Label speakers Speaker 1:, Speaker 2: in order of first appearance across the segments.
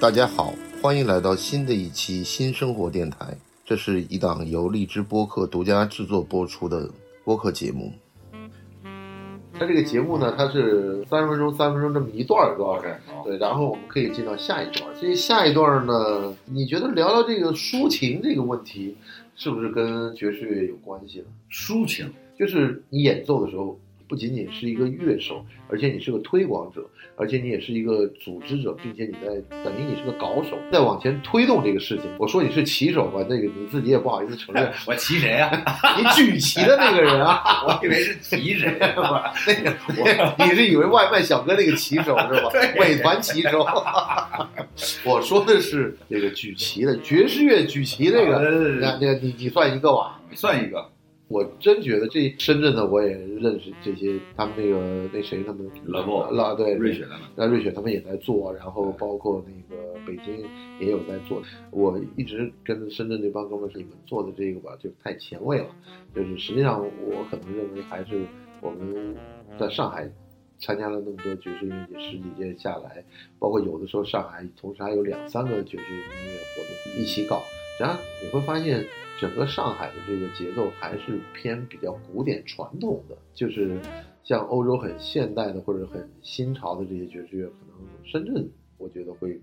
Speaker 1: 大家好，欢迎来到新的一期新生活电台。这是一档由荔枝播客独家制作播出的播客节目。它这个节目呢，它是三十分钟、三分钟这么一段儿，多少人？对，然后我们可以进到下一段儿。这下一段儿呢，你觉得聊聊这个抒情这个问题，是不是跟爵士乐有关系呢？
Speaker 2: 抒情，
Speaker 1: 就是你演奏的时候，不仅仅是一
Speaker 2: 嗯
Speaker 1: 个乐手，而且你是个推广者，而且你也是一个组织者，并且你在等于你是个搞手，在往前推动这个事情。我说你是骑手吧，那个你自己也不好意思承 认，
Speaker 2: 我骑谁 呀、
Speaker 1: 你举旗的那个人啊，
Speaker 2: 我以为是骑谁、啊
Speaker 1: 那个我你是以为外卖小哥那个骑手 是吧？美团骑手， 我说的是那个举旗的爵士乐举旗那个，那
Speaker 2: 个
Speaker 1: 那个你你算一个吧。
Speaker 2: 算一个
Speaker 1: 我真觉得这深圳的我也认识这些，他们那个那谁他们
Speaker 2: 老莫
Speaker 1: 老对
Speaker 2: 瑞雪的嘛，
Speaker 1: 那瑞雪他们也在做，然后包括那个北京也有在做。我一直跟深圳这帮哥们儿说，你们做的这个吧，就太前卫了。就是实际上，我可能认为还是我们在上海参加了那么多爵士音乐节，十几届下来，包括有的时候上海同时还有两三个爵士音乐活动一起搞，然后你会发现整个上海的这个节奏还是偏比较古典传统的，就是像欧洲很现代的或者很新潮的这些爵士乐，可能深圳我觉得会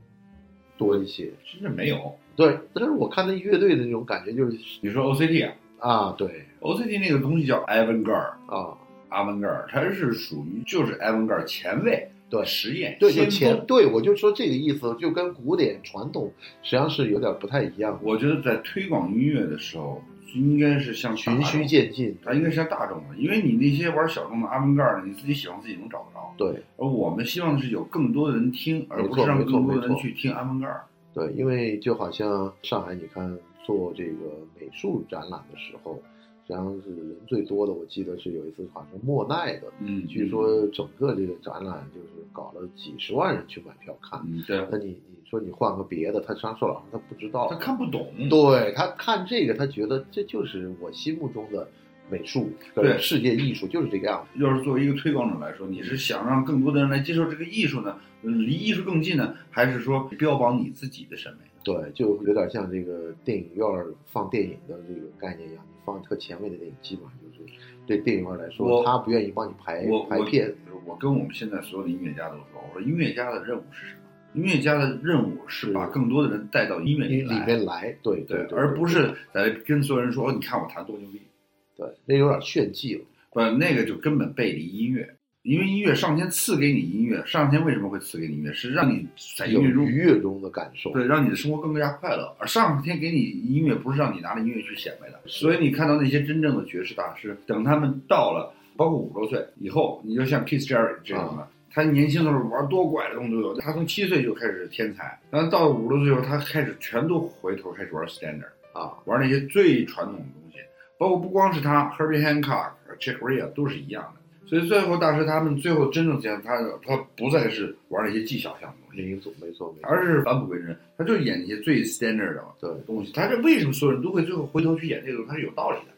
Speaker 1: 多一些。
Speaker 2: 深圳没有。
Speaker 1: 对，但是我看那乐队的那种感觉就是
Speaker 2: 比如说 OCT 啊
Speaker 1: 啊，对
Speaker 2: ，OCT 那个东西叫 avant-garde，
Speaker 1: 啊，
Speaker 2: avant-garde，它是属于就是 avant-garde 前卫，
Speaker 1: 对
Speaker 2: 实验，
Speaker 1: 对，就
Speaker 2: 先
Speaker 1: 前
Speaker 2: 锋。
Speaker 1: 对我就说这个意思，就跟古典传统实际上是有点不太一样的，
Speaker 2: 我觉得在推广音乐的时候，应该是向大
Speaker 1: 循
Speaker 2: 众
Speaker 1: 序，渐进。
Speaker 2: 它应该是向大众的，因为你那些玩小众的 avant-garde，你自己喜欢自己能找得着。
Speaker 1: 对
Speaker 2: 而我们希望的是有更多的人听，而不
Speaker 1: 没错
Speaker 2: 是让
Speaker 1: 没错
Speaker 2: 更多的
Speaker 1: 没
Speaker 2: 人
Speaker 1: 错
Speaker 2: 去听 avant-garde。
Speaker 1: 对，因为就好像上海，你看做这个美术展览的时候，实际上是人最多的。我记得是有一次好像是莫奈的，
Speaker 2: 嗯，
Speaker 1: 据说整个这个展览就是搞了几十万人去买票看。
Speaker 2: 嗯，对，
Speaker 1: 那你你说你换个别的，他张硕老师他不知道
Speaker 2: 他，看不懂。
Speaker 1: 对他看这个，他觉得这就是我心目中的美术，
Speaker 2: 对
Speaker 1: 世界艺术就是这个样子。
Speaker 2: 要是作为一个推广者来说，你是想让更多的人来接受这个艺术呢，嗯离艺术更近呢，还是说标榜你自己的审美？
Speaker 1: 对，就有点像这个电影院儿放电影的这个概念一样，你放特前卫的电影，基本上就是对电影院来说，
Speaker 2: 我
Speaker 1: 他不愿意帮你排
Speaker 2: 我
Speaker 1: 排
Speaker 2: 我
Speaker 1: 片。
Speaker 2: 我跟我们现在所有的音乐家都说，我说音乐家的任务是什么？音乐家的任务是把
Speaker 1: 是
Speaker 2: 更多的人带到音乐
Speaker 1: 里
Speaker 2: 里来，
Speaker 1: 面来，对
Speaker 2: 对，
Speaker 1: 对，
Speaker 2: 而不是在跟所有人说，哦，你看我弹多牛逼，
Speaker 1: 对，那有点炫技了。
Speaker 2: 不，那个就根本背离音乐。因为音乐上天赐给你音乐，上天为什么会赐给你音乐？是让你在音
Speaker 1: 有
Speaker 2: 乐中
Speaker 1: 愉悦中的感受，
Speaker 2: 对，让你的生活更加快乐。而上天给你音乐，不是让你拿着音乐去显摆的。所以你看到那些真正的爵士大师，等他们到了，包括五十多岁以后，你就像 Keith Jarrett 这种的，他年轻的时候玩多怪的东西都有。他从七岁就开始天才，然后到了五十多岁以后，他开始全都回头开始玩 standard，
Speaker 1: 啊，
Speaker 2: 玩那些最传统的东西。包括不光是他，Herbie Hancock、Chick Corea 都是一样的。所以最后大师他们最后真正见他，他不再是玩那些技巧项的东西。
Speaker 1: 没错没错没错，
Speaker 2: 而是返璞归真，他就演一些最 standard 的
Speaker 1: 对，
Speaker 2: 东西。他这为什么所有人都会最后回头去演这个？他是有道理的。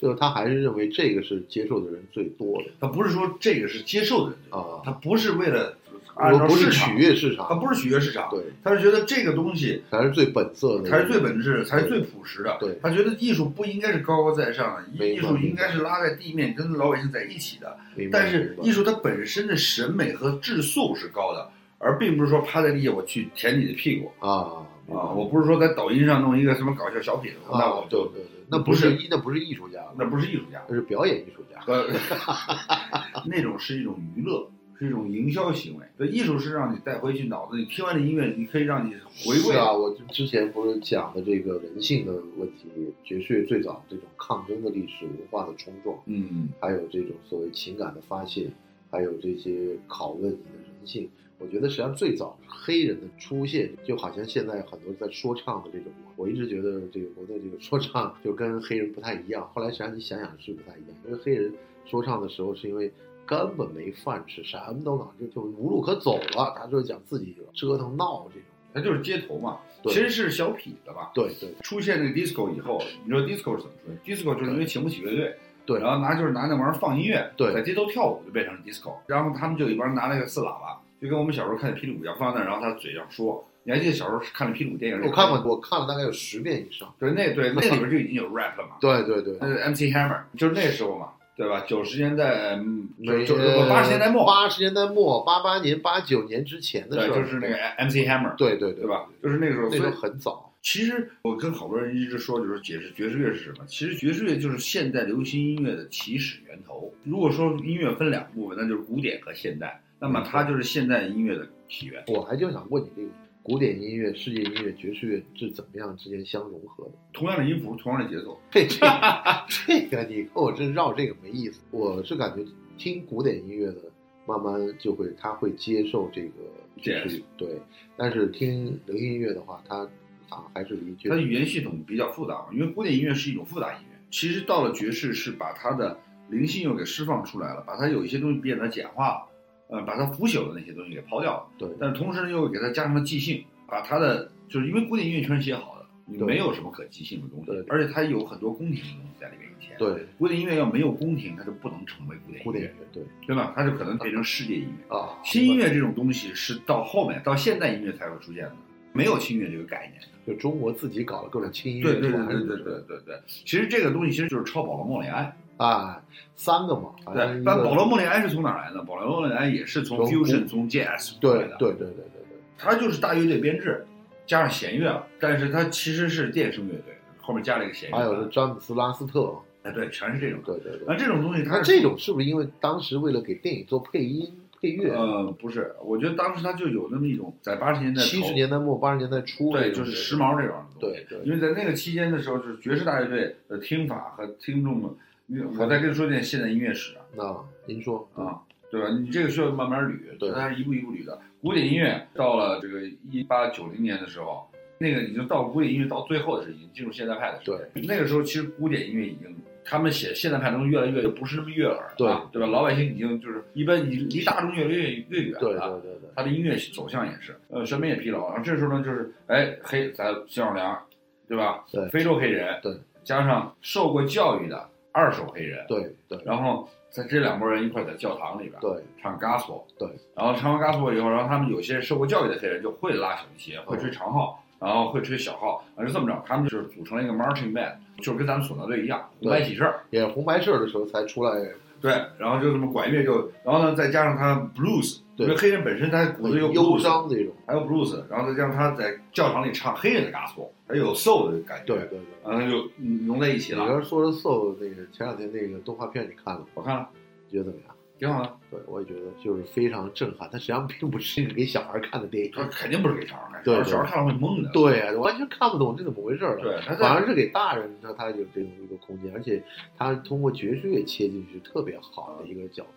Speaker 1: 就是他还是认为这个是接受的人最多的
Speaker 2: 他不是说这个是接受的人，
Speaker 1: 啊，
Speaker 2: 他不是为了按
Speaker 1: 我
Speaker 2: 照
Speaker 1: 不是
Speaker 2: 市
Speaker 1: 取
Speaker 2: 场，
Speaker 1: 悦市
Speaker 2: 他
Speaker 1: 场，
Speaker 2: 不是取悦市场，
Speaker 1: 对，
Speaker 2: 他是觉得这个东西
Speaker 1: 才是最本色的，
Speaker 2: 才是最本质，才是最朴实的。
Speaker 1: 对
Speaker 2: 他觉得艺术不应该是高高在上的，
Speaker 1: 没
Speaker 2: 艺
Speaker 1: 错
Speaker 2: 术应该是拉在地面跟老百姓在一起的。
Speaker 1: 明白。
Speaker 2: 但是
Speaker 1: 明白
Speaker 2: 艺术它本身的审美和质素是高的，而并不是说趴在地下我去舔你的屁股。
Speaker 1: 啊明白
Speaker 2: 啊，我不是说在抖音上弄一个什么搞笑小品，那
Speaker 1: 啊
Speaker 2: 我，
Speaker 1: 对
Speaker 2: 就
Speaker 1: 对对，那
Speaker 2: 那
Speaker 1: 不
Speaker 2: 不是
Speaker 1: 是那不是艺术家了，
Speaker 2: 那不是艺术家，
Speaker 1: 那是表演艺术家。
Speaker 2: 呃， 那种是一种娱乐，是一种营销行为。对，艺术是让你带回去脑子里，听完这音乐，你可以让你回
Speaker 1: 是
Speaker 2: 味。
Speaker 1: 啊，我就之前不是讲的这个人性的问题，爵士乐最早这种抗争的历史、文化的冲撞，
Speaker 2: 嗯，
Speaker 1: 还有这种所谓情感的发泄，还有这些拷问你的人性。我觉得实际上最早黑人的出现，就好像现在很多在说唱的这种，我一直觉得这个国内这个说唱就跟黑人不太一样。后来实际上你想想是不太一样，因为黑人说唱的时候是因为根本没饭吃，什么都搞，就就无路可走了，他就讲自己折腾闹这种。
Speaker 2: 它就是街头嘛，
Speaker 1: 对
Speaker 2: 其实是小痞子吧。
Speaker 1: 对对
Speaker 2: 出现这个 disco 以后，你知道 disco 是怎么出现？disco 就是因为请不起乐队，
Speaker 1: 对
Speaker 2: 然后拿就是拿那玩意儿放音乐，
Speaker 1: 对
Speaker 2: 在街头跳舞就变成了 disco。然后他们就一帮人拿那个四喇叭，就跟我们小时候看见霹雳舞一样，放在那儿，然后他嘴上说，你还记得小时候看了霹雳舞电影？
Speaker 1: 我看过，我看了大概有十遍以上。
Speaker 2: 对，那对那里边就已经有 rap 了嘛。
Speaker 1: 对对对，
Speaker 2: 那是 MC Hammer 就是那时候嘛，对吧？九十年代，嗯
Speaker 1: 没呃
Speaker 2: 九九八十年代末，
Speaker 1: 八十年代末，八八年、八九年之前的
Speaker 2: 对，
Speaker 1: 事儿，
Speaker 2: 就是那个 MC Hammer，
Speaker 1: 对对
Speaker 2: 对吧？就是那个时候，
Speaker 1: 那
Speaker 2: 所
Speaker 1: 时
Speaker 2: 以
Speaker 1: 候很早，
Speaker 2: 其实我跟好多人一直说，就是解释爵士乐是什么。其实爵士乐就是现代流行音乐的起始源头。如果说音乐分两部分，那就是古典和现代。那么它就是现代音乐的起源。
Speaker 1: 我还就想问你这个古典音乐、世界音乐、爵士乐是怎么样之间相融合的？
Speaker 2: 同样的音符，同样的节奏，
Speaker 1: 这这 个这个你跟我真绕这个没意思。我是感觉听古典音乐的，慢慢就会他会接受这个爵士乐，对。但是听流行音乐的话，他啊还是离爵
Speaker 2: 它的
Speaker 1: 士
Speaker 2: 语言系统比较复杂嘛，因为古典音乐是一种复杂音乐。其实到了爵士，是把它的灵性又给释放出来了，把它有一些东西变得简化了，呃，把它腐朽的那些东西给抛掉了。
Speaker 1: 对
Speaker 2: 但是同时呢，又给它加上了即兴，把它的就是因为古典音乐全是写好的，你
Speaker 1: 对
Speaker 2: 没有什么可即兴的东
Speaker 1: 对
Speaker 2: 西，而且它有很多宫廷的东西在里面以前。，
Speaker 1: 对
Speaker 2: 古典音乐要没有宫廷，它就不能成为古典
Speaker 1: 古
Speaker 2: 音
Speaker 1: 典
Speaker 2: 乐
Speaker 1: 音，乐对
Speaker 2: 对吧？它就可能变成世界音乐。
Speaker 1: 啊，
Speaker 2: 轻音乐这种东西是到后面到现代音乐才会出现的，没有轻音乐这个概念。
Speaker 1: 就中国自己搞了各种轻音乐
Speaker 2: 对对对
Speaker 1: 团
Speaker 2: 对对对对对，其实这个东西其实就是抄保罗·莫里埃。
Speaker 1: 啊，三个嘛，反正
Speaker 2: 对，
Speaker 1: 一
Speaker 2: 但
Speaker 1: 个
Speaker 2: 保罗·莫里埃是从哪儿来的？保罗·莫里埃也是从
Speaker 1: 从
Speaker 2: fusion 从 jazz
Speaker 1: 对
Speaker 2: 来的，
Speaker 1: 对对对对对，
Speaker 2: 他就是大乐队编制加上弦乐，但是他其实是电声乐队，后面加了一个弦乐。
Speaker 1: 还啊有是詹姆斯拉斯特，
Speaker 2: 哎，对，全是这种。
Speaker 1: 对对对。
Speaker 2: 那这种东西它
Speaker 1: 那
Speaker 2: 哎是，
Speaker 1: 这种是不是因为当时为了给电影做配音配乐？
Speaker 2: 呃不是，我觉得当时他就有那么一种在八十年代头
Speaker 1: 七十年代末八十年代初，
Speaker 2: 对，就是时。髦这种东西。
Speaker 1: 对对
Speaker 2: 因为在那个期间的时候，就是爵士大乐队的听法和听众们，你我再跟你说点现代音乐史啊。
Speaker 1: 那您说，
Speaker 2: 啊，对吧？你这个需要慢慢捋，
Speaker 1: 对
Speaker 2: 它是一步一步捋的。古典音乐到了这个一八九零年的时候，那个已经到古典音乐到最后的时候，已经进入现代派的时候。那个时候其实古典音乐已经，他们写现代派东西越来越不是那么悦耳了，
Speaker 1: 对
Speaker 2: 对吧？老百姓已经就是一般离离大众越来越越远了。
Speaker 1: 对对对对，
Speaker 2: 他的音乐走向也是，呃，审美也疲劳。然后这时候呢，就是哎，黑咱新奥尔良，对吧？
Speaker 1: 对
Speaker 2: 非洲黑人，
Speaker 1: 对，
Speaker 2: 加上受过教育的二手黑人，
Speaker 1: 对对
Speaker 2: 然后在这两拨人一块儿在教堂里边，
Speaker 1: 对
Speaker 2: 唱 gospel，
Speaker 1: 对，
Speaker 2: 然后唱完 gospel 以后，然后他们有些受过教育的黑人就会拉小提琴，会吹长号，然后会吹小号，啊，是这么着，他们就是组成了一个 marching band，就是跟咱们唢呐队一样，
Speaker 1: 对
Speaker 2: 红白喜事儿，
Speaker 1: 也红白事儿的时候才出来，
Speaker 2: 对，然后就这么管乐就，然后呢再加上他 blues，
Speaker 1: 对
Speaker 2: 因为黑人本身他骨子里有
Speaker 1: 忧
Speaker 2: blues，
Speaker 1: 伤那种，
Speaker 2: 还有 blues，然后再加上他在教堂里唱黑人的 gospel，还有 soul 的感觉，
Speaker 1: 对对对。
Speaker 2: 然后就融在一起
Speaker 1: 你
Speaker 2: 了。
Speaker 1: 要是说的 soul 那个前两天那个动画片你看了吗？
Speaker 2: 我看了，
Speaker 1: 你觉得怎么样？
Speaker 2: 挺好的，
Speaker 1: 对，我也觉得就是非常震撼，它实际上并不是一个给小孩看的电影，
Speaker 2: 他肯定不是给小孩看，
Speaker 1: 对对
Speaker 2: 小孩看了会懵的。
Speaker 1: 对，啊完全看不懂这怎么回事儿了。
Speaker 2: 对，他在
Speaker 1: 反而是给大人，他他有这种一个空间，而且他通过爵士乐切进去，特别好的一个角度。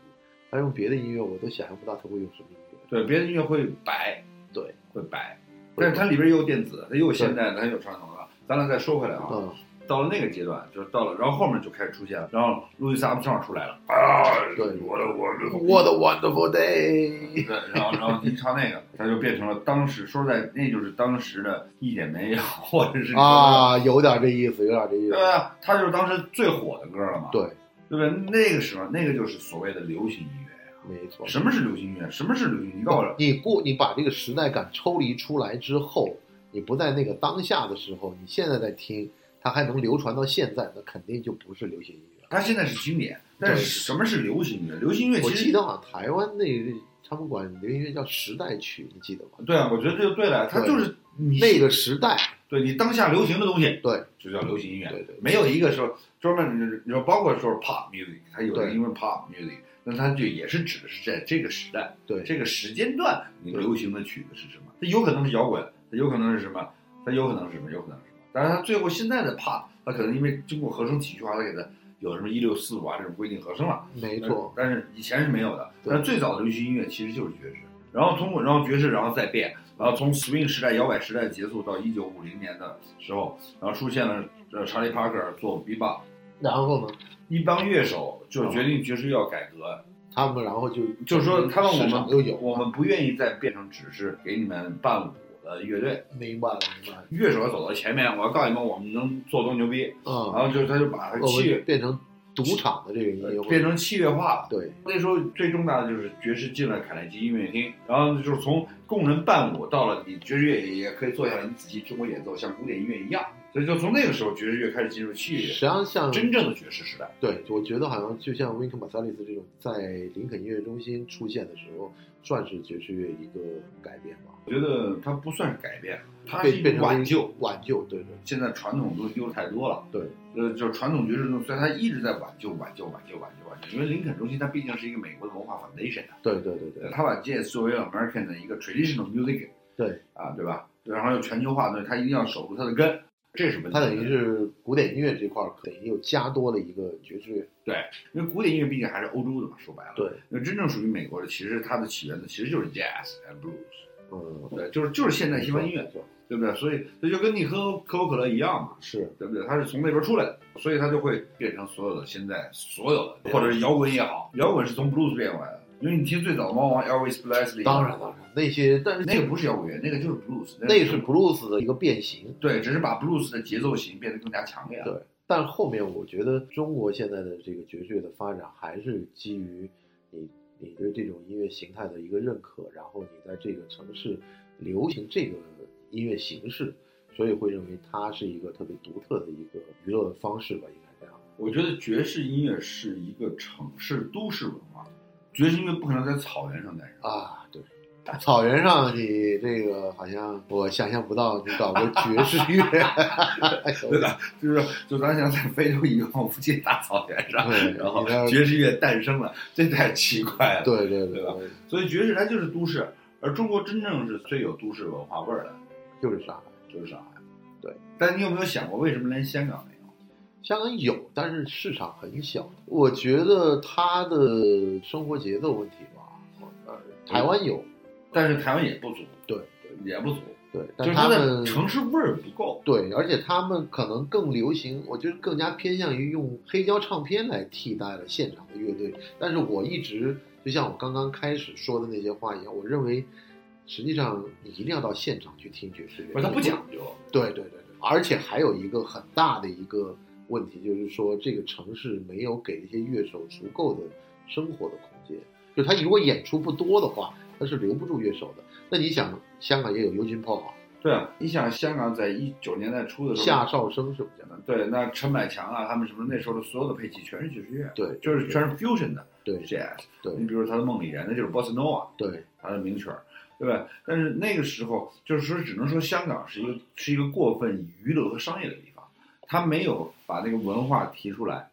Speaker 1: 他用别的音乐，我都想象不到他会用什么音乐。
Speaker 2: 对，别的音乐会摆，
Speaker 1: 对，
Speaker 2: 会摆，但是它里边也有电子，它也有现代的，它也有传统的。咱俩再说回来啊，
Speaker 1: 嗯，
Speaker 2: 到了那个阶段，就是到了，然后后面就开始出现了，然后路易斯阿姆斯特朗出来了，啊，
Speaker 1: 对
Speaker 2: 我的我的
Speaker 1: What a wonderful day！
Speaker 2: 对，然后然后一唱那个，它就变成了当时说实在，那就是当时的一点没有， 或者是，
Speaker 1: 啊，有点这意思，有点这意
Speaker 2: 对
Speaker 1: 思。
Speaker 2: 啊，它就是当时最火的歌了嘛，
Speaker 1: 对，
Speaker 2: 对不对？那个时候，那个就是所谓的流行音乐呀。
Speaker 1: 没错。
Speaker 2: 什么是流行音乐？什么是流行？你告诉我，
Speaker 1: 你过，你把这个时代感抽离出来之后，你不在那个当下的时候，你现在在听，它还能流传到现在，那肯定就不是流行音乐了。
Speaker 2: 它现在是经典，但是
Speaker 1: 对
Speaker 2: 什么是流行音乐？流行音乐
Speaker 1: 我
Speaker 2: 其实
Speaker 1: 记得好像台湾那个他们管流行音乐叫时代曲，你记得吗？
Speaker 2: 对啊，我觉得这就对了，它
Speaker 1: 对
Speaker 2: 就是你
Speaker 1: 那个时代，
Speaker 2: 对你当下流行的东西，
Speaker 1: 对，
Speaker 2: 就叫流行音乐。
Speaker 1: 对对
Speaker 2: 没有一个说专门你说包括说 pop music，它有
Speaker 1: 对
Speaker 2: 英文 pop music，那它就也是指的是在这个时代、
Speaker 1: 对，
Speaker 2: 这个时间段你
Speaker 1: 对
Speaker 2: 流行的曲子是什么？它有可能是摇滚，它有可能是什么？它有可能是什么？有可能是什么？但是它最后现在的 pop，它可能因为经过合成体系化，它给它有什么一六四五啊这种规定合成了。
Speaker 1: 没错，
Speaker 2: 呃但是以前是没有的。
Speaker 1: 对
Speaker 2: 但最早的流行音乐其实就是爵士，然后通过然后爵士，然后再变，然后从 swing 时代、摇摆时代结束到一九五零年的时候，然后出现了呃查理帕克尔做 b b o
Speaker 1: 然后呢，
Speaker 2: 一帮乐手就决定爵士乐要改革，
Speaker 1: 他们然后就
Speaker 2: 就是说他们我
Speaker 1: 市场
Speaker 2: 们
Speaker 1: 又有
Speaker 2: 我们不愿意再变成只是给你们伴舞的乐队，
Speaker 1: 明白了，明白了，
Speaker 2: 乐手要走到前面，我要告诉你们我们能做多牛逼，然
Speaker 1: 嗯，
Speaker 2: 后就他就把
Speaker 1: 我
Speaker 2: 器乐
Speaker 1: 们变成赌场的这个音乐会，
Speaker 2: 变成器乐化了。
Speaker 1: 对
Speaker 2: 那时候最重大的就是爵士进了卡耐基音乐厅，然后就是从供人伴舞到了你爵士乐也可以坐下来，你仔细听我演奏，像古典音乐一样。所以就从那个时候，爵士乐开始进入器
Speaker 1: 实际
Speaker 2: 乐，
Speaker 1: 上像
Speaker 2: 真正的爵士时代。
Speaker 1: 对，我觉得好像就像 w i n k 马萨利斯这种在林肯音乐中心出现的时候，算是爵士乐一个改变吧，
Speaker 2: 我觉得它不算是改变，它是
Speaker 1: 被
Speaker 2: 一
Speaker 1: 变
Speaker 2: 种
Speaker 1: 成
Speaker 2: 挽救。，
Speaker 1: 挽救，对对
Speaker 2: 现在传统东西丢的太多了，
Speaker 1: 对，
Speaker 2: 呃，就传统爵士东西，所以它一直在挽救、挽救、挽救、挽救、挽救。因为林肯中心它毕竟是一个美国的文化 foundation 啊
Speaker 1: 对对对
Speaker 2: 呃
Speaker 1: 对
Speaker 2: 它把 jazz 作为 American 的一个 traditional music
Speaker 1: 对，
Speaker 2: 啊，对吧？然后又全球化的，它一定要守住它的根，这是问题。
Speaker 1: 它等于是古典音乐这块儿等于又加多了一个爵士乐，
Speaker 2: 因为古典音乐毕竟还是欧洲的嘛，说白了，
Speaker 1: 对，
Speaker 2: 那真正属于美国的，其实它的起源呢，其实就是 jazz and blues，
Speaker 1: 嗯，
Speaker 2: 对，就是就是现代西方音乐
Speaker 1: 没，错
Speaker 2: 对不对？所以这就跟你喝可口可乐一样嘛，
Speaker 1: 是
Speaker 2: 对不对？它是从那边出来的，所以它就会变成所有的现在所有的，或者是摇滚也好，摇滚是从 blues 变过来的，因为你听最早的猫王 Elvis Presley，
Speaker 1: 当然了，那些但是
Speaker 2: 那个不是摇滚乐，那个就是 blues，
Speaker 1: 那是 blues 的一个变形，
Speaker 2: 对，只是把 blues 的节奏型变得更加强烈了。啊
Speaker 1: 对。但后面我觉得中国现在的这个爵士乐的发展，还是基于你你对这种音乐形态的一个认可，然后你在这个城市流行这个音乐形式，所以会认为它是一个特别独特的一个娱乐方式吧，应该这样。
Speaker 2: 我觉得爵士音乐是一个城市都市文化，爵士音乐不可能在草原上诞生。
Speaker 1: 啊， 对，草原上你这个好像我想象不到，你搞个爵士 乐，
Speaker 2: 对的，就是就咱想在非洲一望无际大草原上，
Speaker 1: 对
Speaker 2: 然后
Speaker 1: 你看
Speaker 2: 爵士乐诞生了，这太奇怪了。，
Speaker 1: 对对
Speaker 2: 对吧所以爵士它就是都市，而中国真正是最有都市文化味儿的
Speaker 1: 就是上海。
Speaker 2: 就是上海。
Speaker 1: 对，
Speaker 2: 但你有没有想过，为什么连香港没有？
Speaker 1: 香港有，但是市场很小。我觉得他的生活节奏问题吧，呃，台湾有，
Speaker 2: 但是台湾也不足，
Speaker 1: 对
Speaker 2: 也不足，
Speaker 1: 对，
Speaker 2: 就
Speaker 1: 但
Speaker 2: 是
Speaker 1: 他
Speaker 2: 它
Speaker 1: 们
Speaker 2: 的城市味儿不够。
Speaker 1: 对，而且他们可能更流行，我觉得更加偏向于用黑胶唱片来替代了现场的乐队。但是我一直就像我刚刚开始说的那些话一样，我认为实际上你一定要到现场去听爵士乐，
Speaker 2: 不是它不讲究，
Speaker 1: 对对对对，而且还有一个很大的一个问题，就是说这个城市没有给这些乐手足够的生活的空间。就他如果演出不多的话，他是留不住乐手的。那你想，香港也有尤金炮啊，
Speaker 2: 对啊，你想香港在一九年代初的时候，
Speaker 1: 夏绍生是不是？
Speaker 2: 对，那陈百强啊，他们什么那时候的所有的配器全是爵士乐，
Speaker 1: 对，
Speaker 2: 就是全是 fusion 的
Speaker 1: 对
Speaker 2: jazz。
Speaker 1: 对
Speaker 2: 你比如他的《梦里人》，那就是 bossa nova，
Speaker 1: 对
Speaker 2: 他的名曲儿，对吧？但是那个时候就是说，只能说香港是一个是一个过分以娱乐和商业的地方，他没有把那个文化提出来，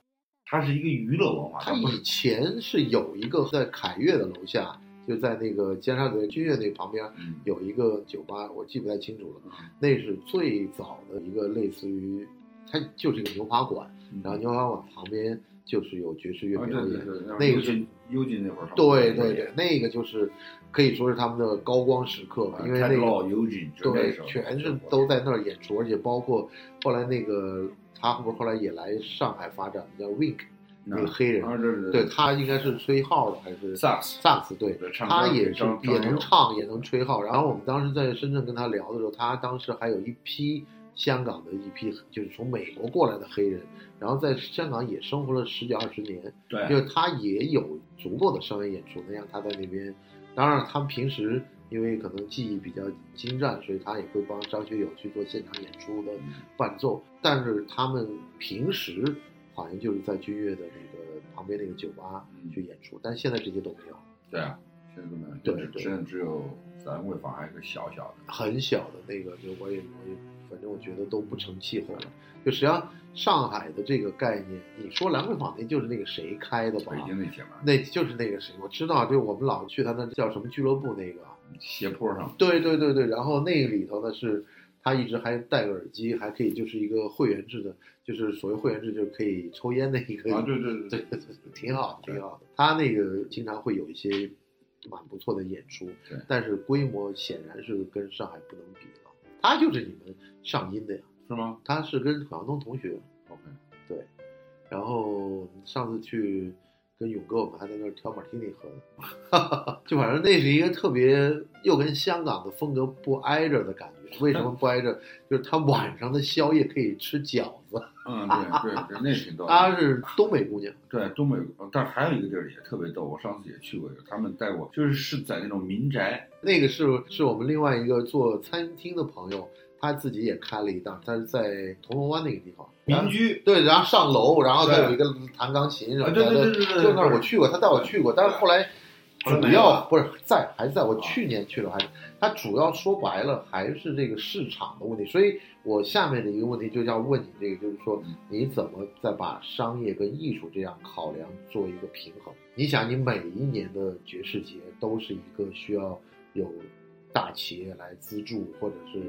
Speaker 2: 它是一个娱乐文化，
Speaker 1: 他
Speaker 2: 它不
Speaker 1: 以
Speaker 2: 是
Speaker 1: 前是有一个在凯悦的楼下，就在那个尖沙咀君悦那旁边
Speaker 2: 嗯
Speaker 1: 有一个酒吧，我记不太清楚了。
Speaker 2: 嗯
Speaker 1: 那是最早的一个类似于，它就是一个牛扒馆。
Speaker 2: 嗯
Speaker 1: 然后牛排馆旁边就是有爵士乐
Speaker 2: 啊
Speaker 1: 表
Speaker 2: 对
Speaker 1: 演，
Speaker 2: 对对，
Speaker 1: 那个
Speaker 2: 尤
Speaker 1: 是
Speaker 2: 金尤金那会儿他们
Speaker 1: 对对对，那个就是可以说是他们的高光时刻吧，
Speaker 2: 啊
Speaker 1: 因为那个
Speaker 2: Catalog Eugene，就那
Speaker 1: 对
Speaker 2: 时候
Speaker 1: 全是都在那儿演出，而且包括后来那个他后边后来也来上海发展，叫 Wink 那个黑人，
Speaker 2: 啊对对
Speaker 1: 对他应该是吹号的还是
Speaker 2: 萨克斯
Speaker 1: 萨克斯对
Speaker 2: 对，唱歌
Speaker 1: 他也是
Speaker 2: 张张
Speaker 1: 也
Speaker 2: 学友
Speaker 1: 能唱也能吹号。然后我们当时在深圳跟他聊的时候，他当时还有一批香港的一批就是从美国过来的黑人，然后在香港也生活了十几二十年，
Speaker 2: 对
Speaker 1: 就是他也有足够的商业演出，能让他在那边。当然，他们平时因为可能技艺比较精湛，所以他也会帮张学友去做现场演出的
Speaker 2: 嗯
Speaker 1: 伴奏。但是他们平时好像就是在君悦的那个旁边那个酒吧
Speaker 2: 嗯
Speaker 1: 去演出，但现在这些都没有，
Speaker 2: 对啊，现在都没有，
Speaker 1: 对
Speaker 2: 就只
Speaker 1: 对
Speaker 2: 现在只有咱潍坊还有一个小小的，
Speaker 1: 很小的那个，就我也我也反正我觉得都不成气候了。就实际上上海的这个概念，你说兰桂坊那就是那个谁开的吧
Speaker 2: 北？京那铁门，
Speaker 1: 那就是那个谁，我知道，就我们老去他那叫什么俱乐部那个，啊
Speaker 2: 斜坡上，
Speaker 1: 对对对对，然后那个里头呢是，他一直还戴个耳机，还可以就是一个会员制的，就是所谓会员制就是可以抽烟的一个，
Speaker 2: 啊，对对
Speaker 1: 对
Speaker 2: 对，
Speaker 1: 对对，挺好的挺好的。他那个经常会有一些蛮不错的演出
Speaker 2: 对，
Speaker 1: 但是规模显然是跟上海不能比了。他就是你们上音的呀，
Speaker 2: 是吗
Speaker 1: 他是跟葛晓东同学，
Speaker 2: ？OK，
Speaker 1: 然后上次去跟勇哥我们还在那儿挑马提尼喝呢， 就反正那是一个特别又跟香港的风格不挨着的感觉。为什么不挨着？ 就是他晚上的宵夜可以吃饺子，
Speaker 2: 嗯， 对对对，那挺逗的。
Speaker 1: 她是东北姑娘，
Speaker 2: 对，东北，呃但还有一个地儿也特别逗，我上次也去过，他们带我，就是是在那种民宅，
Speaker 1: 那个是是我们另外一个做餐厅的朋友，他自己也开了一档，他是在铜锣湾那个地方。
Speaker 2: 民居，
Speaker 1: 对，然后上楼，然后他
Speaker 2: 对
Speaker 1: 有一个弹钢琴什
Speaker 2: 啊，
Speaker 1: 么的，
Speaker 2: 对对对对对，
Speaker 1: 就那儿我去过，他带我去过，但是后来
Speaker 2: 后来
Speaker 1: 主
Speaker 2: 没有
Speaker 1: 要
Speaker 2: 了
Speaker 1: 不是在还在我
Speaker 2: 啊
Speaker 1: 去年去了还是他主要说白了还是这个市场的问题，所以我下面的一个问题就要问你这个，就是说
Speaker 2: 嗯
Speaker 1: 你怎么再把商业跟艺术这样考量做一个平衡？你想，你每一年的爵士节都是一个需要有大企业来资助或者是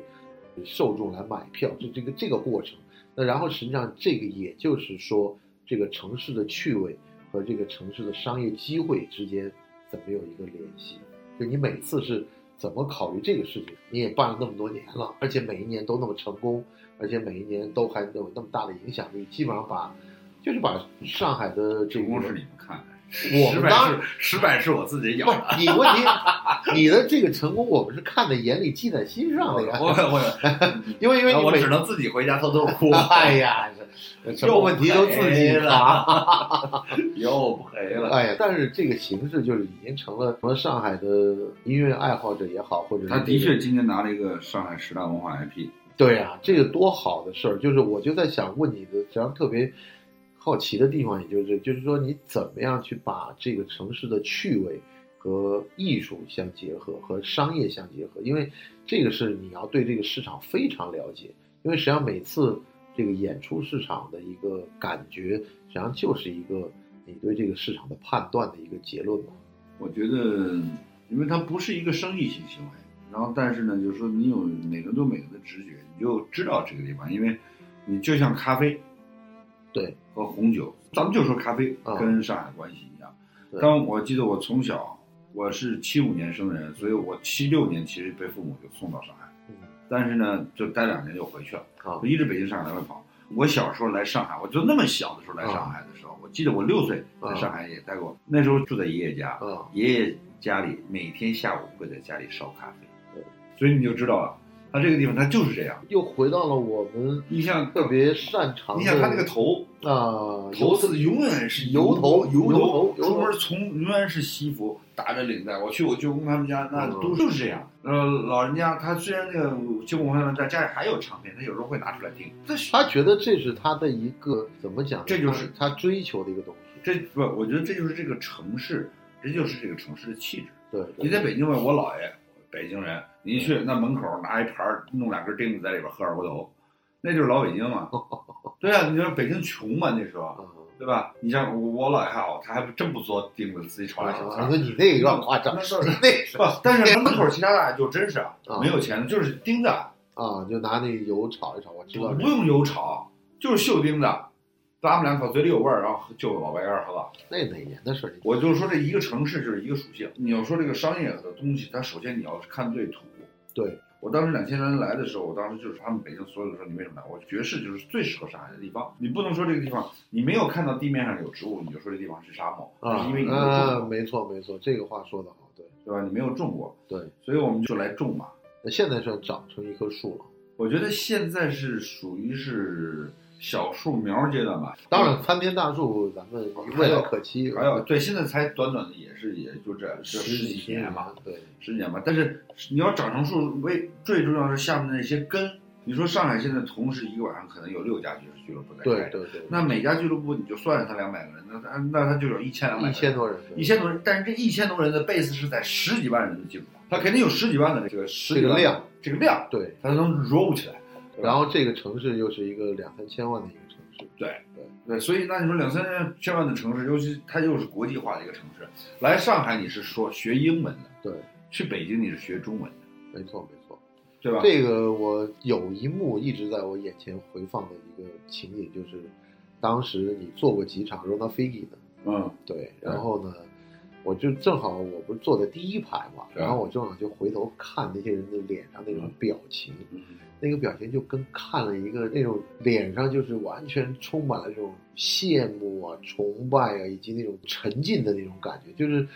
Speaker 1: 受众来买票，就这个这个过程。那然后实际上这个也就是说，这个城市的趣味和这个城市的商业机会之间怎么有一个联系？就你每次是怎么考虑这个事情？你也办了那么多年了，而且每一年都那么成功，而且每一年都还有那么大的影响力，基本上把就是把上海的这
Speaker 2: 办
Speaker 1: 个
Speaker 2: 公室你们看，
Speaker 1: 我
Speaker 2: 石
Speaker 1: 们
Speaker 2: 板
Speaker 1: 当
Speaker 2: 是石板是我自己咬
Speaker 1: 不
Speaker 2: 的
Speaker 1: 是。你问题，你的这个成功我们是看在眼里，记在心上的
Speaker 2: 我
Speaker 1: 呀。
Speaker 2: 我
Speaker 1: 因为因为你
Speaker 2: 我
Speaker 1: 每，
Speaker 2: 只能自己回家偷偷哭
Speaker 1: 哎呀， 什么问题都自
Speaker 2: 哎
Speaker 1: 己扛。
Speaker 2: 又赔了。
Speaker 1: 哎呀，但是这个形式就是已经成了，成了上海的音乐爱好者也好，或者是
Speaker 2: 他
Speaker 1: 这个
Speaker 2: 的确今年拿了一个上海十大文化 IP，
Speaker 1: 对啊，这个多好的事儿！就是我就在想问你的，实际上特别好奇的地方，也就是就是说你怎么样去把这个城市的趣味和艺术相结合，和商业相结合，因为这个是你要对这个市场非常了解，因为实际上每次这个演出市场的一个感觉，实际上就是一个你对这个市场的判断的一个结论嘛。
Speaker 2: 我觉得，因为它不是一个生意性行为，然后但是呢，就是说你有每个人都有每个人的直觉，你就知道这个地方，因为你就像咖啡，
Speaker 1: 对，
Speaker 2: 和红酒，咱们就说咖啡
Speaker 1: 啊
Speaker 2: 跟上海关系一样。
Speaker 1: 对
Speaker 2: 当我记得我从小我是七五年生人，所以我七六年其实被父母就送到上海，
Speaker 1: 嗯，
Speaker 2: 但是呢，就待两年就回去了。
Speaker 1: 好
Speaker 2: 我，一直北京上海来回跑。我小时候来上海，我就那么小的时候来上海的时候，我记得我六岁在上海也待
Speaker 1: 嗯
Speaker 2: 过，那时候住在爷爷家，
Speaker 1: 啊，
Speaker 2: 爷爷家里每天下午会在家里烧咖啡
Speaker 1: 对，
Speaker 2: 所以你就知道了，他这个地方他就是这样。
Speaker 1: 又回到了我们
Speaker 2: 你像
Speaker 1: 特别擅长的，
Speaker 2: 你想他那个头，
Speaker 1: 啊，
Speaker 2: 头是永远是
Speaker 1: 油头油
Speaker 2: 油
Speaker 1: 头油头
Speaker 2: 出门从永远是西服，打着领带。我去我舅公他们家，那
Speaker 1: 嗯
Speaker 2: 都就是这样。呃，老人家他虽然那个舅公他们在家里还有唱片，他有时候会拿出来听。这是
Speaker 1: 他觉得这是他的一个怎么讲呢？
Speaker 2: 这就是
Speaker 1: 他他追求的一个东西。
Speaker 2: 这不，我觉得这就是这个城市，这就是这个城市的气质。
Speaker 1: 对，
Speaker 2: 你在北京问我姥爷，北京人，你一去那门口拿一盘儿，弄两根钉子在里边喝二锅头，那就是老北京 嘛。对啊，你说北京穷嘛那时
Speaker 1: 啊
Speaker 2: 候，，对吧？你像我我姥爷还好，他还不真不做钉子，自己炒俩小菜
Speaker 1: 你说。啊你哦那个有点夸张，
Speaker 2: 那是
Speaker 1: 你那是
Speaker 2: 不，但是门口其他的就真是啊
Speaker 1: 啊
Speaker 2: 没有钱的，就是钉子，
Speaker 1: 啊，就拿那个油炒一炒，我知道
Speaker 2: 不用油炒，就是锈钉子，啊咂巴两口嘴里有味儿，然后就往外边儿喝。
Speaker 1: 那哪年的事儿？
Speaker 2: 我就说这一个城市就是一个属性。你要说这个商业的东西，它首先你要看对土。
Speaker 1: 对，
Speaker 2: 我当时两千年来的时候，我当时就是他们北京所有的说你为什么来？我爵士就是最适合上海的地方。你不能说这个地方你没有看到地面上有植物，你就说这地方是沙漠，
Speaker 1: 啊
Speaker 2: 是因为你没有种
Speaker 1: 啊，
Speaker 2: 过，
Speaker 1: 没错没错，这个话说得好，对
Speaker 2: 对吧？你没有种过，
Speaker 1: 对。
Speaker 2: 所以我们就来种嘛。
Speaker 1: 那现在算长成一棵树了。
Speaker 2: 我觉得现在是属于是小树苗阶段吧。
Speaker 1: 当然，参天大树咱们未来可期，
Speaker 2: 嗯哦还有对，现在才短短的也是也就这这
Speaker 1: 十
Speaker 2: 十几年嘛。
Speaker 1: 嘛，对，
Speaker 2: 十年吧。但是你要长成树，为最重要是下面那些根。你说上海现在同时一个晚上可能有六家爵士俱乐部在
Speaker 1: 对
Speaker 2: 开，
Speaker 1: 对对，
Speaker 2: 那每家俱乐部你就算上他两百个人，那他那他就有一千两百，
Speaker 1: 一千多人，对
Speaker 2: 一千多人。但是这一千多人的 base 是在十几万人的基础上，他肯定有十几万的这个十几万
Speaker 1: 这个量，
Speaker 2: 这个量，
Speaker 1: 对。
Speaker 2: 他才能 roll 起来。对吧
Speaker 1: 然后这个城市又是一个两三千万的一个城市，
Speaker 2: 对，所以那你说两三千万的城市，尤其它又是国际化的一个城市，来上海你是说学英文的，
Speaker 1: 对，
Speaker 2: 去北京你是学中文的，
Speaker 1: 没错没错。
Speaker 2: 对吧？
Speaker 1: 这个我有一幕一直在我眼前回放的一个情景，就是当时你做过几场 Rona Figi 的，
Speaker 2: 嗯，
Speaker 1: 对，
Speaker 2: 对
Speaker 1: 然后呢，我就正好我不是坐在第一排嘛，
Speaker 2: 是
Speaker 1: 然后我正好就回头看那些人的脸上那种
Speaker 2: 嗯
Speaker 1: 表情，
Speaker 2: 嗯
Speaker 1: 那个表情就跟看了一个那种脸上就是完全充满了这种羡慕啊、崇拜啊，以及那种沉浸的那种感觉，就是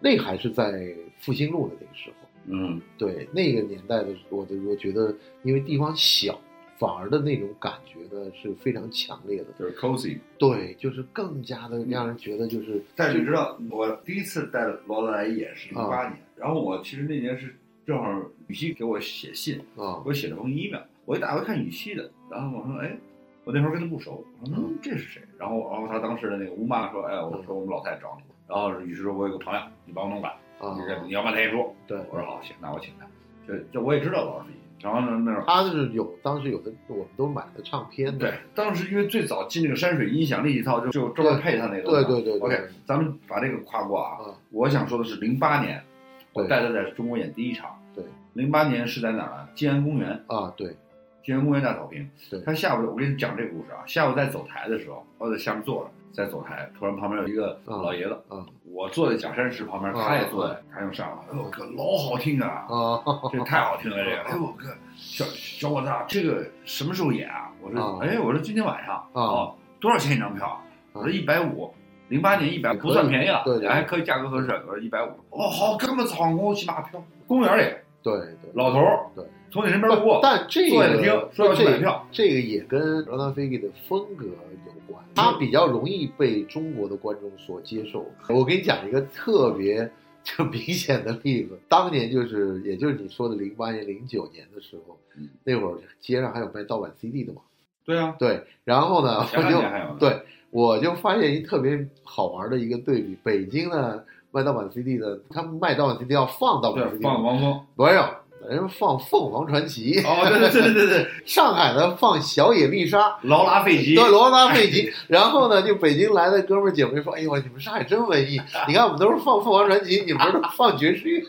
Speaker 1: 那还是在复兴路的那个时候。
Speaker 2: 嗯，
Speaker 1: 对那个年代的，我的我觉得，因为地方小，反而的那种感觉呢是非常强烈的。
Speaker 2: 就是 cozy。
Speaker 1: 对，就是更加的让人觉得就是，
Speaker 2: 嗯
Speaker 1: 啊
Speaker 2: 但是你知道，我第一次带罗德莱也是零八年，然后我其实那年是正好雨熙给我写信，
Speaker 1: 啊
Speaker 2: 给我写了封 email，我一打开看雨熙的，然后我说哎。我那时候跟他不熟，我说嗯这是谁？然后然后他当时的那个吴妈说，哎，我说我们老太太找你，然后于是说我有个朋友，你帮我弄吧，
Speaker 1: 啊
Speaker 2: 你，你要办他演出，
Speaker 1: 对，
Speaker 2: 我说好行，那我请他。这这我也知道罗老师，然后呢那时候
Speaker 1: 他是有当时有的我们都买的唱片的
Speaker 2: 对，，当时因为最早进那个山水音响那一套就就专门配他那个东
Speaker 1: 对
Speaker 2: 西。啊
Speaker 1: 对对对
Speaker 2: OK，咱们把这个跨过啊。
Speaker 1: 啊，
Speaker 2: 我想说的是，零八年我
Speaker 1: 对
Speaker 2: 带他在中国演第一场。
Speaker 1: 对。
Speaker 2: 零八年是在哪儿啊？静安公园，
Speaker 1: 啊对，
Speaker 2: 静安公园大草坪
Speaker 1: 对。
Speaker 2: 他下午，我给你讲这个故事啊。下午在走台的时候，我在下面坐着，在走台，突然旁边有一个
Speaker 1: 啊
Speaker 2: 老爷子，
Speaker 1: 啊
Speaker 2: 我坐在蒋山石旁边，
Speaker 1: 啊
Speaker 2: 他也坐在台上上来。哎呦，哥，老好听 啊！
Speaker 1: 啊，
Speaker 2: 这太好听了，这个。
Speaker 1: 啊
Speaker 2: 哎呦，哥，小小伙子啊，这个什么时候演啊？我说，
Speaker 1: 啊
Speaker 2: 哎，我说今天晚上
Speaker 1: 啊
Speaker 2: 哦，多少钱一张票啊？我说一百五，零八年一百
Speaker 1: 嗯也可以
Speaker 2: 不算便宜了，
Speaker 1: 对对
Speaker 2: 还可以价格合适。我说一百五，哦，好，哥们草我去拿票。公园里，
Speaker 1: 对对，
Speaker 2: 老头儿
Speaker 1: 对。
Speaker 2: 从你身边路过，
Speaker 1: 但这
Speaker 2: 坐下
Speaker 1: 个
Speaker 2: 来听说要去
Speaker 1: 这
Speaker 2: 买票
Speaker 1: 这个也跟 r o n a f i g i 的风格有关，
Speaker 2: 嗯
Speaker 1: 他比较容易被中国的观众所接受。我给你讲一个特别就明显的例子，当年就是也就是你说的零八年、零九年的时候
Speaker 2: 嗯，
Speaker 1: 那会儿街上还有卖盗版 CD 的嘛，
Speaker 2: 对啊，
Speaker 1: 对。然后呢，
Speaker 2: 前
Speaker 1: 我
Speaker 2: 两
Speaker 1: 就
Speaker 2: 年还有呢，
Speaker 1: 啊对我就发现一特别好玩的一个对比，北京呢卖盗版 CD 的，他们卖盗版 CD 要放盗版
Speaker 2: 对，
Speaker 1: CD，
Speaker 2: 放王峰，
Speaker 1: 没有，人家放凤凰传奇。
Speaker 2: 哦，对对对对对对，
Speaker 1: 上海的放小野丽莎，
Speaker 2: 劳拉费吉，
Speaker 1: 对罗拉费吉，然后呢，就北京来的哥们儿姐妹说：“哎呦，你们上海真文艺！你看我们都是放凤凰传奇，你们都是放爵士乐。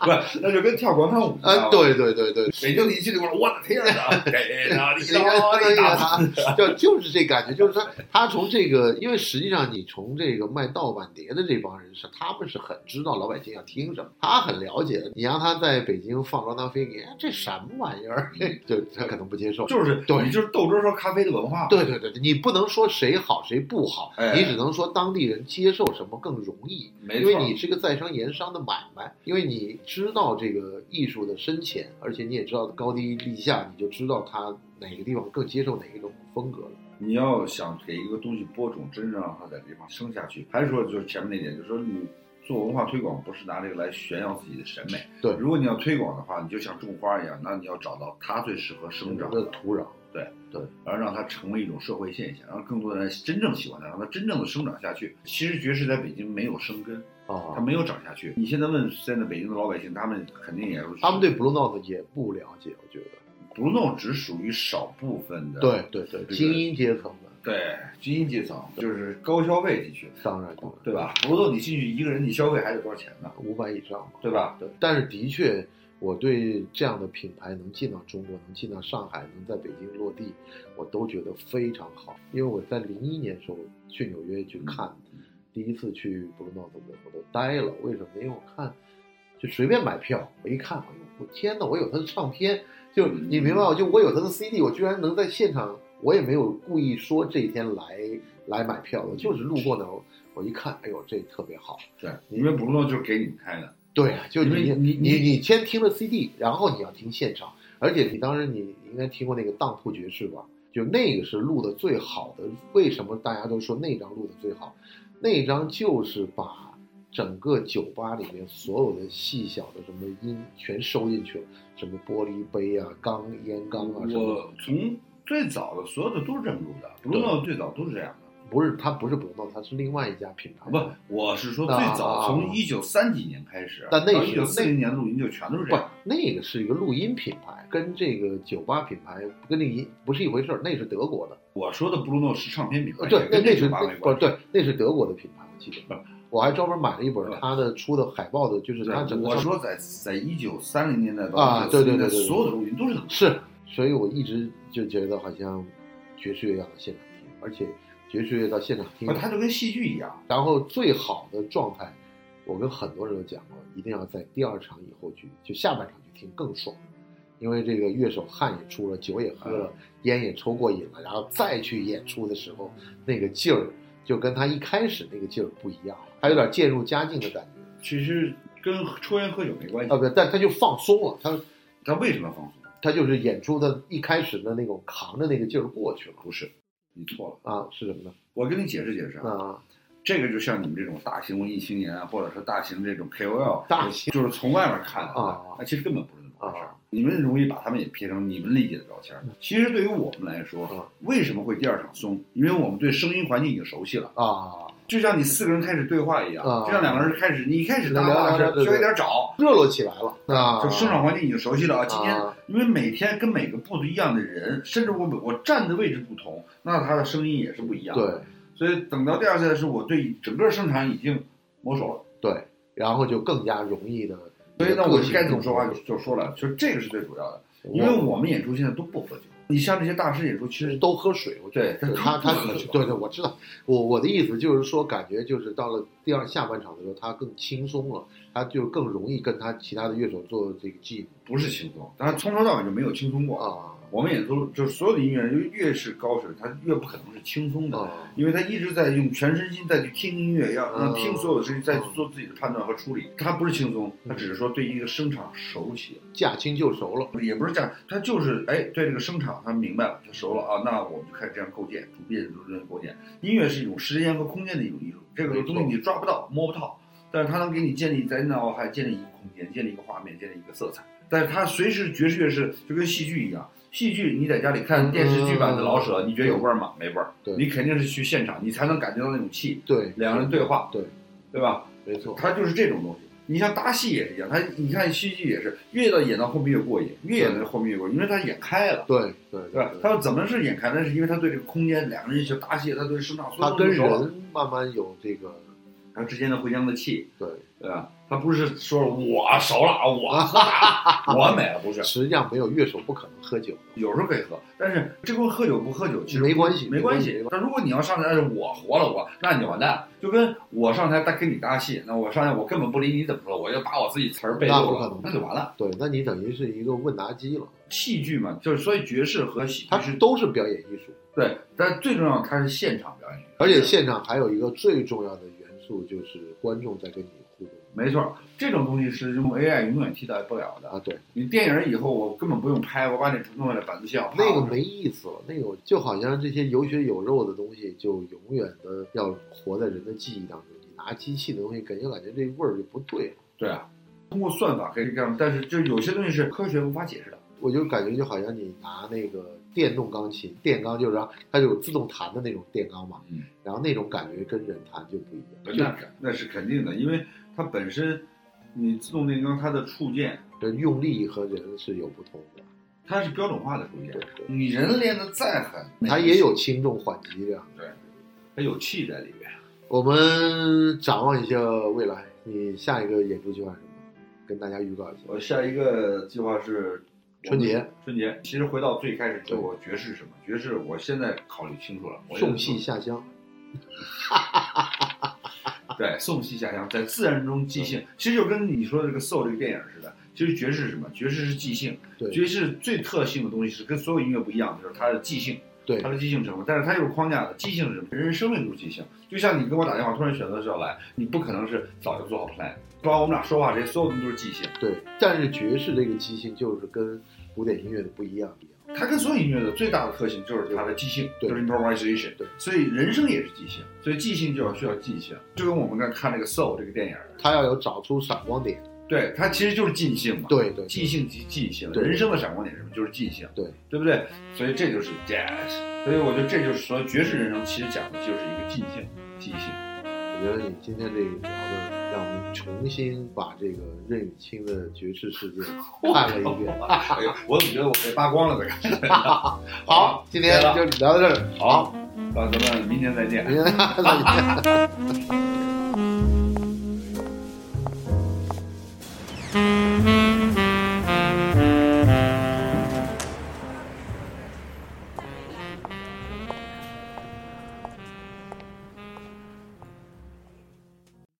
Speaker 2: 不是，那就跟跳广场舞”一
Speaker 1: 啊，
Speaker 2: 样。
Speaker 1: 对对对对，
Speaker 2: 北京一去就说，我的天 哪，给哪里
Speaker 1: 你看
Speaker 2: 哪里大
Speaker 1: 他就就是这感觉，就是他他从这个，因为实际上你从这个卖盗版碟的这帮人是，他们是很知道老百姓要听什么，他很了解的。你让他在北京放罗纳菲给，哎这什么玩意儿？ 就他可能不接受。
Speaker 2: 就是
Speaker 1: 对
Speaker 2: 你就是斗争说咖啡的文化。
Speaker 1: 对对对，对你不能说谁好谁不好，
Speaker 2: 哎
Speaker 1: 你只能说当地人接受什么更容易，
Speaker 2: 没
Speaker 1: 因
Speaker 2: 错，
Speaker 1: 为你是个在商言商的买卖，因为你知道这个艺术的深浅，而且你也知道高低立下，你就知道它哪个地方更接受哪一种风格了。
Speaker 2: 你要想给一个东西播种，真正让它在这地方生下去，还是说就是前面那点，就是说你做文化推广不是拿这个来炫耀自己的审美。
Speaker 1: 对
Speaker 2: 如果你要推广的话，你就像种花一样，那你要找到它最适合生长
Speaker 1: 的
Speaker 2: 的，
Speaker 1: 土壤，
Speaker 2: 然后让它成为一种社会现象，让更多的人真正喜欢它，让它真正的生长下去。其实爵士在北京没有生根，它
Speaker 1: 啊，
Speaker 2: 没有长下去。你现在问现在北京的老百姓，他们肯定也是
Speaker 1: 他们对 Blue Note 也不了解，我觉得。
Speaker 2: 不弄只属于少部分的
Speaker 1: 对对对，
Speaker 2: 对
Speaker 1: 精英阶层的，
Speaker 2: 对精英阶层，就是高消费地区。
Speaker 1: 当然当然，
Speaker 2: 对吧？不豆你进去一个人，你消费还得多少钱呢？
Speaker 1: 五百以上嘛。
Speaker 2: 对吧？
Speaker 1: 对，但是的确，我对这样的品牌能进到中国，能进到上海，能在北京落地，我都觉得非常好。因为我在零一年的时候去纽约去看，第一次去 Blue Note 的时候都呆了，为什么？因为我看就随便买票，我一看，哎呦，我天哪，我有他的唱片，就
Speaker 2: 嗯
Speaker 1: 你明白吗？就我有他的 CD，我居然能在现场，我也没有故意说这一天来来买票，我就是路过那儿，我一看，哎呦，这特别好。
Speaker 2: 对，因为不弄就是给你开的，
Speaker 1: 对啊，就
Speaker 2: 因
Speaker 1: 你你
Speaker 2: 为你
Speaker 1: 你你先听了 CD，然后你要听现场，而且你当时你应该听过那个当铺爵士吧？就那个是录的最好的，为什么大家都说那张录的最好？那张就是把整个酒吧里面所有的细小的什么音全收进去了，什么玻璃杯啊、缸、烟缸啊什么的。
Speaker 2: 我从最早的所有的都是这么录的，不弄最早都是这样的。
Speaker 1: 不是，它不是不弄，它是另外一家品牌。
Speaker 2: 不，我是说
Speaker 1: 啊
Speaker 2: 最早
Speaker 1: 啊啊
Speaker 2: 从一九三几年开始，
Speaker 1: 但那
Speaker 2: 到
Speaker 1: 是
Speaker 2: 一九四零年录音就全都是这
Speaker 1: 不
Speaker 2: 样。，
Speaker 1: 那个是一个录音品牌，跟这个酒吧品牌跟那个音不是一回事儿，那是德国的。
Speaker 2: 我说的布鲁诺是唱片品牌，
Speaker 1: 呃，对
Speaker 2: 也，
Speaker 1: 那
Speaker 2: 跟
Speaker 1: 那
Speaker 2: 酒
Speaker 1: 是
Speaker 2: 吧没
Speaker 1: 不
Speaker 2: 关
Speaker 1: 是
Speaker 2: 系。
Speaker 1: 对，那是德国的品牌，我记得
Speaker 2: 嗯。
Speaker 1: 我还专门买了一本
Speaker 2: 嗯
Speaker 1: 他的出的海报的，就是他整
Speaker 2: 对，
Speaker 1: 个
Speaker 2: 我
Speaker 1: 上
Speaker 2: 说在在一九三零年代
Speaker 1: 啊
Speaker 2: 到
Speaker 1: 对对
Speaker 2: 1940年
Speaker 1: 对对
Speaker 2: 代
Speaker 1: 对
Speaker 2: 所有的录音都是这么录的
Speaker 1: 是，所以我一直就觉得好像爵士乐要到现场听，而且爵士乐到现场听
Speaker 2: 啊不，，它就跟戏剧一样。
Speaker 1: 然后最好的状态我跟很多人都讲过，一定要在第二场以后去，就下半场去听更爽，因为这个乐手汗也出了，酒也喝了，烟也抽过瘾了，然后再去演出的时候，那个劲儿就跟他一开始那个劲儿不一样了，他有点渐入佳境的感觉。
Speaker 2: 其实跟抽烟喝酒没关系
Speaker 1: 啊，。不，但他就放松了，他
Speaker 2: 他为什么放松？
Speaker 1: 他就是演出的一开始的那种扛着那个劲儿过去了
Speaker 2: 不是，你错了。
Speaker 1: 啊，是什么呢？
Speaker 2: 我跟你解释解释啊，
Speaker 1: 啊，
Speaker 2: 这个就像你们这种大型文艺青年啊，或者是大型这种 KOL，
Speaker 1: 大型
Speaker 2: 就是从外面看的
Speaker 1: 啊
Speaker 2: 那其实根本不是那么回事儿
Speaker 1: 啊。嗯
Speaker 2: 你们容易把他们也贴成你们理解的标签儿。其实对于我们来
Speaker 1: 啊
Speaker 2: 说，为什么会第二场松？因为我们对声音环境已经熟悉了，
Speaker 1: 啊，
Speaker 2: 就像你四个人开始对话一样，
Speaker 1: 啊
Speaker 2: 就像两个人开始，你一开始搭
Speaker 1: 聊
Speaker 2: 话
Speaker 1: 聊聊
Speaker 2: 是
Speaker 1: 对
Speaker 2: 需要
Speaker 1: 对
Speaker 2: 一点找，
Speaker 1: 热络起来了啊，
Speaker 2: 就生长环境已经熟悉了啊。今天
Speaker 1: 啊
Speaker 2: 因为每天跟每个不一样的人，甚至我每我站的位置不同，那他的声音也是不一样。
Speaker 1: 对，
Speaker 2: 所以等到第二次的时候，我对整个生产已经摸熟了。
Speaker 1: 对，然后就更加容易的。
Speaker 2: 所以呢，我该怎么说话就就说了，就这个是最主要的，因为我们演出现在都不喝酒。你像这些大师演出，其
Speaker 1: 其实
Speaker 2: 实
Speaker 1: 都喝水，我觉得
Speaker 2: 对但
Speaker 1: 他
Speaker 2: 他
Speaker 1: 他
Speaker 2: 不喝酒
Speaker 1: 对对，我知道，我我的意思就是说，感觉就是到了第二下半场的时候，他更轻松了，他就更容易跟他其他的乐手做这个记
Speaker 2: 不是轻松，但是从头到尾就没有轻松过。
Speaker 1: 啊
Speaker 2: 我们演出就是所有的音乐人，就越是高手，他越不可能是轻松的，
Speaker 1: 啊
Speaker 2: 因为他一直在用全身心在去听音乐，要
Speaker 1: 嗯
Speaker 2: 要听所有的事情，在
Speaker 1: 嗯
Speaker 2: 做自己的判断和处理。他不是轻松，他只是说对一个声场熟悉，
Speaker 1: 驾轻就熟了
Speaker 2: 也不是这样，他就是哎，对这个声场他明白了，他熟了啊，那我们就开始这样构建，逐渐逐渐构建。音乐是一种时间和空间的一种艺术，这个东西你抓不到、摸不到，但是它能给你建立在脑海建立一个空间，建立一个画面，建立一个色彩。但是它随时爵士乐是就跟戏剧一样，戏剧你在家里看电视剧版的老舍，你觉得有味儿吗？没味儿
Speaker 1: 对，
Speaker 2: 你肯定是去现场，你才能感觉到那种气，
Speaker 1: 对，
Speaker 2: 两个人对话，
Speaker 1: 对，
Speaker 2: 对吧？
Speaker 1: 没错，
Speaker 2: 它就是这种东西。你像搭戏也是一样，它你看戏剧也是，越到演到后面越过瘾，越演到后面越过瘾，因为他演开了，
Speaker 1: 对对
Speaker 2: 对吧？他怎么是演开？那是因为他对这个空间，两个人一起搭戏，他对声场所
Speaker 1: 他
Speaker 2: 有东
Speaker 1: 跟
Speaker 2: 西都熟啊了，
Speaker 1: 人慢慢有这个
Speaker 2: 然后之间的互相的气，
Speaker 1: 对，
Speaker 2: 对吧？他不是说我熟了啊，我 喝大了，我美了，不是。啊
Speaker 1: 实际上没有乐手不可能喝酒，
Speaker 2: 有时候可以喝，但是这跟喝酒不喝酒其实
Speaker 1: 没关系
Speaker 2: 没
Speaker 1: 没关
Speaker 2: 关
Speaker 1: 系没
Speaker 2: 系。但如果你要上台，哎我活了我，那你就完蛋了。就跟我上台搭跟你搭戏，那我上台我根本不理你怎么说，我就把我自己词儿背
Speaker 1: 那
Speaker 2: 漏
Speaker 1: 不可
Speaker 2: 了
Speaker 1: 能，
Speaker 2: 那就完了。
Speaker 1: 对，那你等于是一个问答机了，
Speaker 2: 戏剧嘛，就是所以爵士和戏
Speaker 1: 它
Speaker 2: 剧是
Speaker 1: 都是表演艺术。
Speaker 2: 对，但最重要它是现场表演，
Speaker 1: 而且现场还有一个最重要的元素，就是观众在跟你互动
Speaker 2: 没错，这种东西是用 AI 永远替代不了的。
Speaker 1: 啊，对，
Speaker 2: 你电影以后我根本不用拍，我把你弄下来板子写好，啪
Speaker 1: 那个没意思了，那个就好像这些有血有肉的东西，就永远的要活在人的记忆当中。你拿机器的东西，感觉感觉这味儿就不对了，
Speaker 2: 对啊，通过算法可以这样，但是就有些东西是科学无法解释的。
Speaker 1: 我就感觉就好像你拿那个电动钢琴，电钢就是让它有自动弹的那种电钢嘛，
Speaker 2: 嗯
Speaker 1: 然后那种感觉跟人弹就不一样，就
Speaker 2: 那是那是肯定的，因为它本身你自动电钢它的触键，
Speaker 1: 这用力和人是有不同的，
Speaker 2: 它是标准化的触键
Speaker 1: 对，对，
Speaker 2: 你人练的再狠，
Speaker 1: 它也有轻重缓急这样。
Speaker 2: 它有气在里边。
Speaker 1: 我们展望一下未来，你下一个演出计划是什么？跟大家预告一下。
Speaker 2: 我下一个计划是
Speaker 1: 春节。
Speaker 2: 春节，其实回到最开始，
Speaker 1: 对
Speaker 2: 就我爵士是什么？爵士，我现在考虑清楚了。我
Speaker 1: 送戏下乡，
Speaker 2: 对送戏下乡，在自然中即兴，其实就跟你说的这个《Soul》这个电影似的。其实爵士是什么？爵士是即兴，
Speaker 1: 对
Speaker 2: 爵士最特性的东西是跟所有音乐不一样的，就是它的即兴，
Speaker 1: 对
Speaker 2: 它的即兴成分，但是它又是框架的。即兴是什么？人生命就是即兴。就像你跟我打电话，突然选择是要来，你不可能是早就做好 plan，包括我们俩说话这些，所有东西都是即兴。
Speaker 1: 对。但是爵士这个即兴就是跟古典音乐的不一样，
Speaker 2: 它跟所有音乐的最大的特性就是它的即兴，
Speaker 1: 嗯对
Speaker 2: 就是 improvisation。
Speaker 1: 对，
Speaker 2: 所以人生也是即兴，所以即兴就要需要即兴，就跟我们刚看那个《Soul》这个电影儿，
Speaker 1: 它要有找出闪光点。
Speaker 2: 对，它其实就是尽兴嘛。，
Speaker 1: 对对，
Speaker 2: 即兴即即兴，
Speaker 1: 对
Speaker 2: 人生的闪光点是什么？就是即兴。
Speaker 1: 对，
Speaker 2: 对不对？所以这就是 jazz。所以我觉得这就是说，爵士人生其实讲的就是一个尽兴，即 兴。
Speaker 1: 我觉得你今天这个聊的，让我们重新把这个任宇清的爵士世 界看了一遍。
Speaker 2: 哎呦，我怎么觉得我被扒光了的感觉？
Speaker 1: 好，今天就聊到这儿。
Speaker 2: 好，那咱们明天再见。
Speaker 1: 明天再见。